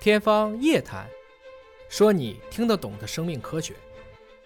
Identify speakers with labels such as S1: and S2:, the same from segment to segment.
S1: 天方夜谭，说你听得懂的生命科学。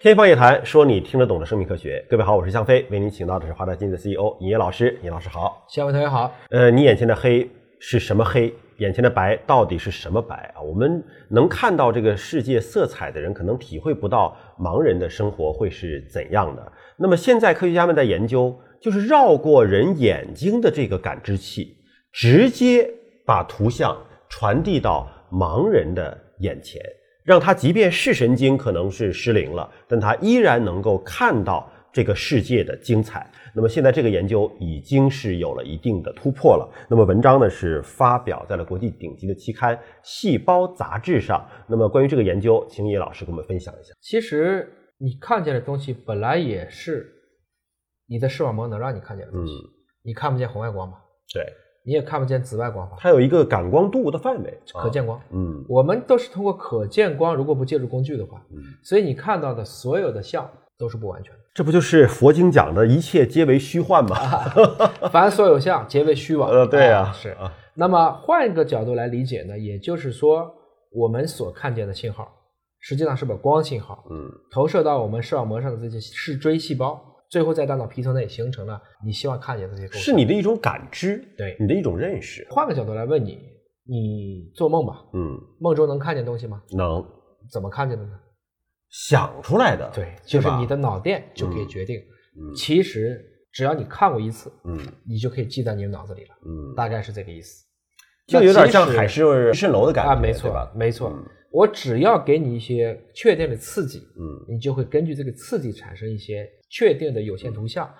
S2: 天方夜谭，说你听得懂的生命科学。各位好，我是向飞，为您请到的是华大基因的 CEO 尹烨老师。尹老师好。
S3: 下位同学好，
S2: 呃，你眼前的黑是什么黑？眼前的白到底是什么白啊？我们能看到这个世界色彩的人，可能体会不到盲人的生活会是怎样的。那么现在科学家们在研究，就是绕过人眼睛的这个感知器，直接把图像传递到盲人的眼前，让他即便视神经可能是失灵了，但他依然能够看到这个世界的精彩。那么现在这个研究已经是有了一定的突破了。那么文章呢是发表在了国际顶级的期刊《细胞》杂志上。那么关于这个研究，请野老师跟我们分享一下。
S3: 其实你看见的东西本来也是你的视网膜能让你看见的东西，
S2: 嗯
S3: 你看不见红外光吧？
S2: 对，
S3: 你也看不见紫外光吧？
S2: 它有一个感光度的范围，
S3: 可见光，
S2: 嗯
S3: 我们都是通过可见光，如果不借助工具的话，
S2: 嗯，
S3: 所以你看到的所有的像都是不完全
S2: 这不就是佛经讲的一切皆为虚幻 吗？
S3: 的，凡所有相皆为虚妄。
S2: 呃， 对啊，
S3: 啊是。
S2: 啊，
S3: 那么换一个角度来理解呢，也就是说，我们所看见的信号实际上是把光信号，
S2: 嗯
S3: 投射到我们视网膜上的这些视锥细胞，最后在大脑皮层内形成了你希望看见的这些构
S2: 是
S3: 成。
S2: 你的一种感知，
S3: 对
S2: 你的一种认识，
S3: 换个角度来问你，你做梦吧，
S2: 嗯，
S3: 梦中能看见东西吗？
S2: 能
S3: 怎么看见的呢？
S2: 想出来的，
S3: 对，就是
S2: 吧
S3: 你的脑电就可以决定。
S2: 嗯
S3: 其实只要你看过一次，
S2: 嗯
S3: 你就可以记在你的脑子里了，
S2: 嗯，
S3: 大概是这个意思。
S2: 就有点像
S3: 那即使
S2: 海市蜃楼的感觉，
S3: 啊，没
S2: 对
S3: 错
S2: 吧，？
S3: 没错。
S2: 嗯
S3: 我只要给你一些确定的刺激，
S2: 嗯
S3: 你就会根据这个刺激产生一些确定的有限图像。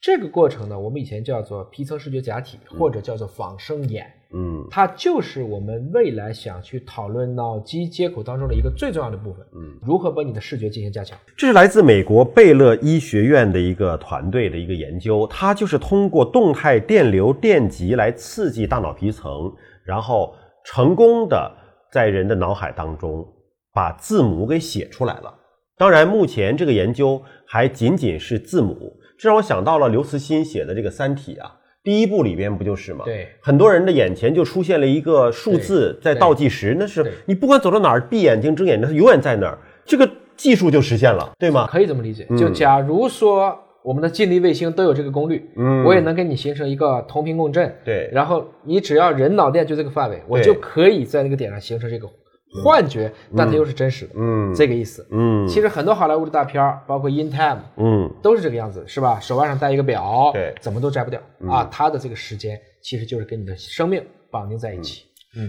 S3: 这个过程呢，我们以前叫做皮层视觉假体，或者叫做仿生眼，
S2: 嗯
S3: 它就是我们未来想去讨论脑机接口当中的一个最重要的部分。
S2: 嗯，
S3: 如何把你的视觉进行加强？
S2: 这是来自美国贝勒医学院的一个团队的一个研究，它就是通过动态电流电极来刺激大脑皮层，然后成功的在人的脑海当中把字母给写出来了。当然，目前这个研究还仅仅是字母，这让我想到了刘慈欣写的这个《三体》啊，第一部里边不就是吗？
S3: 对
S2: 很多人的眼前就出现了一个数字在
S3: 对
S2: 倒计时，那是
S3: 对
S2: 你不管走到哪儿，闭眼睛、睁眼睛，它永远在那儿。这个技术就实现了，对吗？
S3: 可以这么理解
S2: 嗯。
S3: 就假如说我们的近力卫星都有这个功率，
S2: 嗯
S3: 我也能给你形成一个同频共振。
S2: 对
S3: 然后你只要人脑电就这个范围，我
S2: 对
S3: 就可以在那个点上形成这个幻觉，但它又是真实的。
S2: 嗯
S3: 这个意思。
S2: 嗯
S3: 其实很多好莱坞的大片儿，包括《In Time》，
S2: 嗯
S3: 都是这个样子，是吧？手腕上戴一个表，
S2: 对嗯
S3: 怎么都摘不掉、啊。它的这个时间其实就是跟你的生命绑定在一起。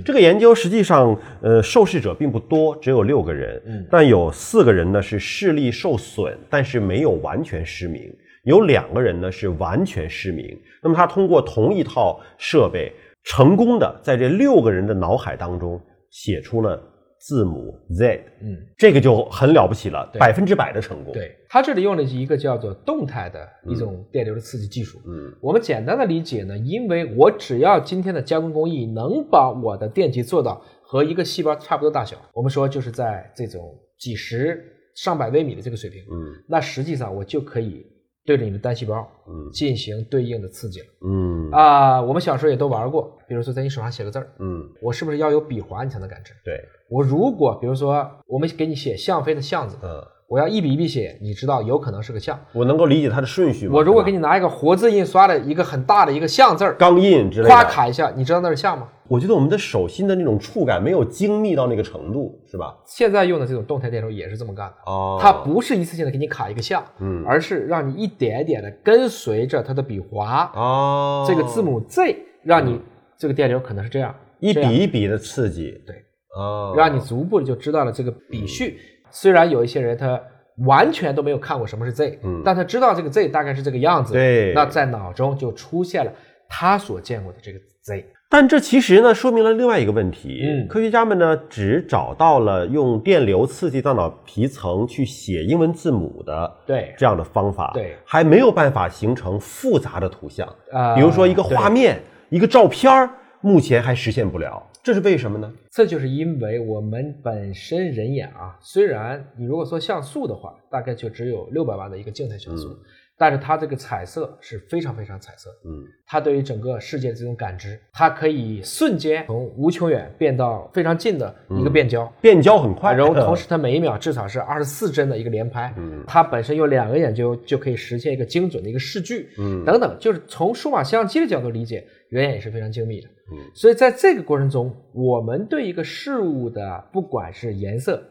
S2: 这个研究实际上，呃，受试者并不多，只有六个人，
S3: 嗯
S2: 但有四个人呢是视力受损，但是没有完全失明，有两个人呢是完全失明。那么他通过同一套设备，成功的在这六个人的脑海当中写出了字母 Z，
S3: 嗯，
S2: 这个就很了不起了，
S3: 对
S2: 百分之百的成功。，
S3: 对，它这里用的是一个叫做动态的一种电流的刺激技术。
S2: 嗯
S3: 我们简单的理解呢，因为我只要今天的加工工艺能把我的电极做到和一个细胞差不多大小，我们说就是在这种几十上百微米的这个水平，
S2: 嗯
S3: 那实际上我就可以对着你的单细胞
S2: 嗯
S3: 进行对应的刺激了。
S2: 嗯
S3: 啊、我们小时候也都玩过，比如说在你手上写个字儿，
S2: 嗯，
S3: 我是不是要有笔划你才能感知？
S2: 对，
S3: 我如果比如说我们给你写向飞的向字，
S2: 嗯，
S3: 我要一笔一笔写，你知道有可能是个像。
S2: 我能够理解它的顺序吗？
S3: 我如果
S2: 对吧
S3: 给你拿一个活字印刷的一个很大的一个像字儿，
S2: 钢印之类的，
S3: 夸卡一下，你知道那是像吗？
S2: 我觉得我们的手心的那种触感没有精密到那个程度，是吧？
S3: 现在用的这种动态电流也是这么干的，
S2: 哦
S3: 它，不是一次性的给你卡一个像，
S2: 嗯，
S3: 而是让你一点一点的跟随着它的笔划，
S2: 哦，嗯
S3: 这个字母 Z 让你这个电流可能是这样，
S2: 一
S3: 这
S2: 笔
S3: 样
S2: 一笔的刺激，
S3: 对，
S2: 哦，嗯
S3: 让你逐步地就知道了这个笔序。虽然有一些人他完全都没有看过什么是 Z，
S2: 嗯
S3: 但他知道这个 Z 大概是这个样子，
S2: 对
S3: 那在脑中就出现了他所见过的这个 Z。
S2: 但这其实呢，说明了另外一个问题。
S3: 嗯
S2: 科学家们呢，只找到了用电流刺激大脑皮层去写英文字母的
S3: 对
S2: 这样的方法，
S3: 对
S2: 还没有办法形成复杂的图像，
S3: 呃
S2: 比如说一个画面、一个照片儿，目前还实现不了，这是为什么呢？
S3: 这就是因为我们本身人眼啊，虽然你如果说像素的话，大概就只有六百万的一个静态像素，但是它这个彩色是非常非常彩色的，
S2: 嗯，
S3: 它对于整个世界的这种感知，它可以瞬间从无穷远变到非常近的一个
S2: 嗯
S3: 变焦。
S2: 变焦很快，
S3: 然后同时，它每一秒至少是二十四帧的一个连拍，
S2: 嗯
S3: 它本身用两个眼就就可以实现一个精准的一个视距，
S2: 嗯
S3: 等等，就是从数码相机的角度理解，远眼也是非常精密的。
S2: 嗯
S3: 所以在这个过程中，我们对一个事物的不管是颜色，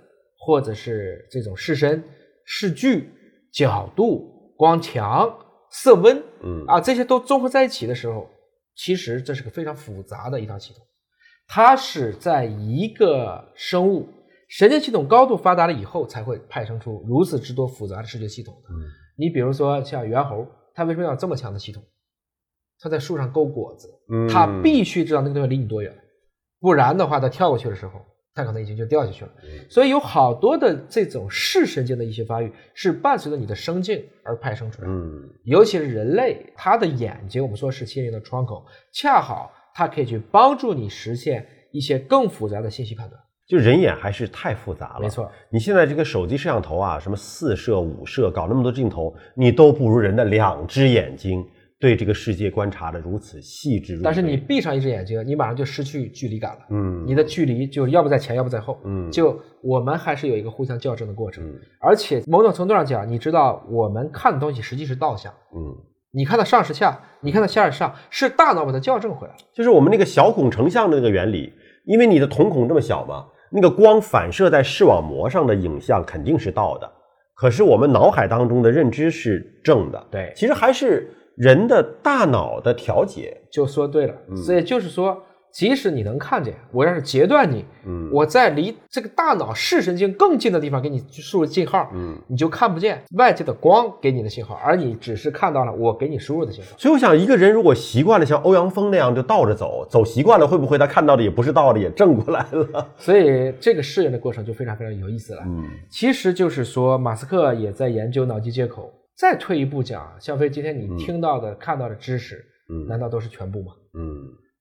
S3: 或者是这种视深、视距、角度、光强、色温
S2: 嗯
S3: 啊这些都综合在一起的时候，其实这是个非常复杂的一套系统。它是在一个生物神经系统高度发达了以后，才会派生出如此之多复杂的视觉系统的。
S2: 嗯
S3: 你比如说像猿猴，它为什么要有这么强的系统？它在树上勾果子，
S2: 嗯
S3: 它必须知道那个东西离你多远，不然的话，它跳过去的时候，它可能已经就掉下去了。
S2: 嗯
S3: 所以有好多的这种视神经的一些发育是伴随着你的生境而派生出来的。
S2: 嗯
S3: 尤其是人类，他的眼睛，我们说是心灵的窗口，恰好它可以去帮助你实现一些更复杂的信息判断。
S2: 就人眼还是太复杂了，
S3: 没错。
S2: 你现在这个手机摄像头啊，什么四摄、五摄，搞那么多镜头，你都不如人的两只眼睛对这个世界观察的如此细致入微。
S3: 但是你，闭上一只眼睛，你马上就失去距离感了。
S2: 嗯，
S3: 你的距离就要不在前，要不在后。
S2: 嗯
S3: 就我们还是有一个互相校正的过程。
S2: 嗯
S3: 而且某种程度上讲，你知道我们看的东西实际是倒向，
S2: 嗯，
S3: 你看到上是下，你看到下是上，是大脑把它校正回来。
S2: 就是我们那个小孔成像的那个原理，因为你的瞳孔这么小嘛，那个光反射在视网膜上的影像肯定是倒的，可是我们脑海当中的认知是正的。
S3: 对
S2: 其实还是人的大脑的调节。
S3: 就说对了。
S2: 嗯
S3: 所以就是说，即使你能看见，我要是截断你，
S2: 嗯
S3: 我在离这个大脑视神经更近的地方给你输入信号，
S2: 嗯。
S3: 你就看不见外界的光给你的信号，而你只是看到了我给你输入的信号。
S2: 所以我想，一个人如果习惯了像欧阳锋那样就倒着走，走习惯了，会不会他看到的也不是倒的，也正过来了？
S3: 所以这个适应的过程就非常非常有意思了。
S2: 嗯
S3: 其实就是说，马斯克也在研究脑机接口。再退一步讲，像飞，今天你听到的、看到的知识，难
S2: 嗯
S3: 道都是全部吗？
S2: 嗯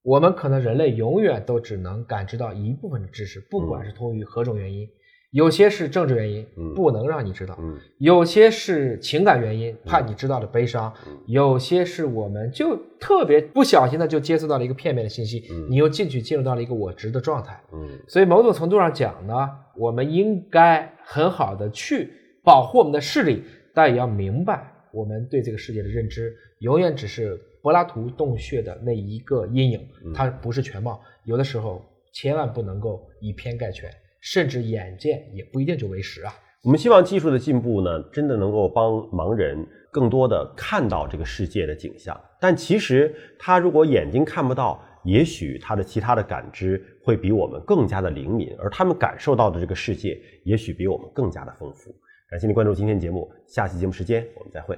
S3: 我们可能人类永远都只能感知到一部分的知识，不管是出于何种原因，有些是政治原因
S2: 嗯，
S3: 不能让你知道；
S2: 嗯
S3: 有些是情感原因，怕你知道了悲伤；
S2: 嗯
S3: 有些是我们就特别不小心的就接触到了一个片面的信息，你又进去进入到了一个我执的状态。
S2: 嗯
S3: 所以某种程度上讲呢，我们应该很好的去保护我们的视力，但也要明白我们对这个世界的认知永远只是柏拉图洞穴的那一个阴影，它不是全貌。有的时候千万不能够以偏概全，甚至眼见也不一定就为实啊。
S2: 我们希望技术的进步呢，真的能够帮盲人更多的看到这个世界的景象。但其实他如果眼睛看不到，也许他的其他的感知会比我们更加的灵敏，而他们感受到的这个世界，也许比我们更加的丰富。感谢您关注今天节目，下期节目时间我们再会。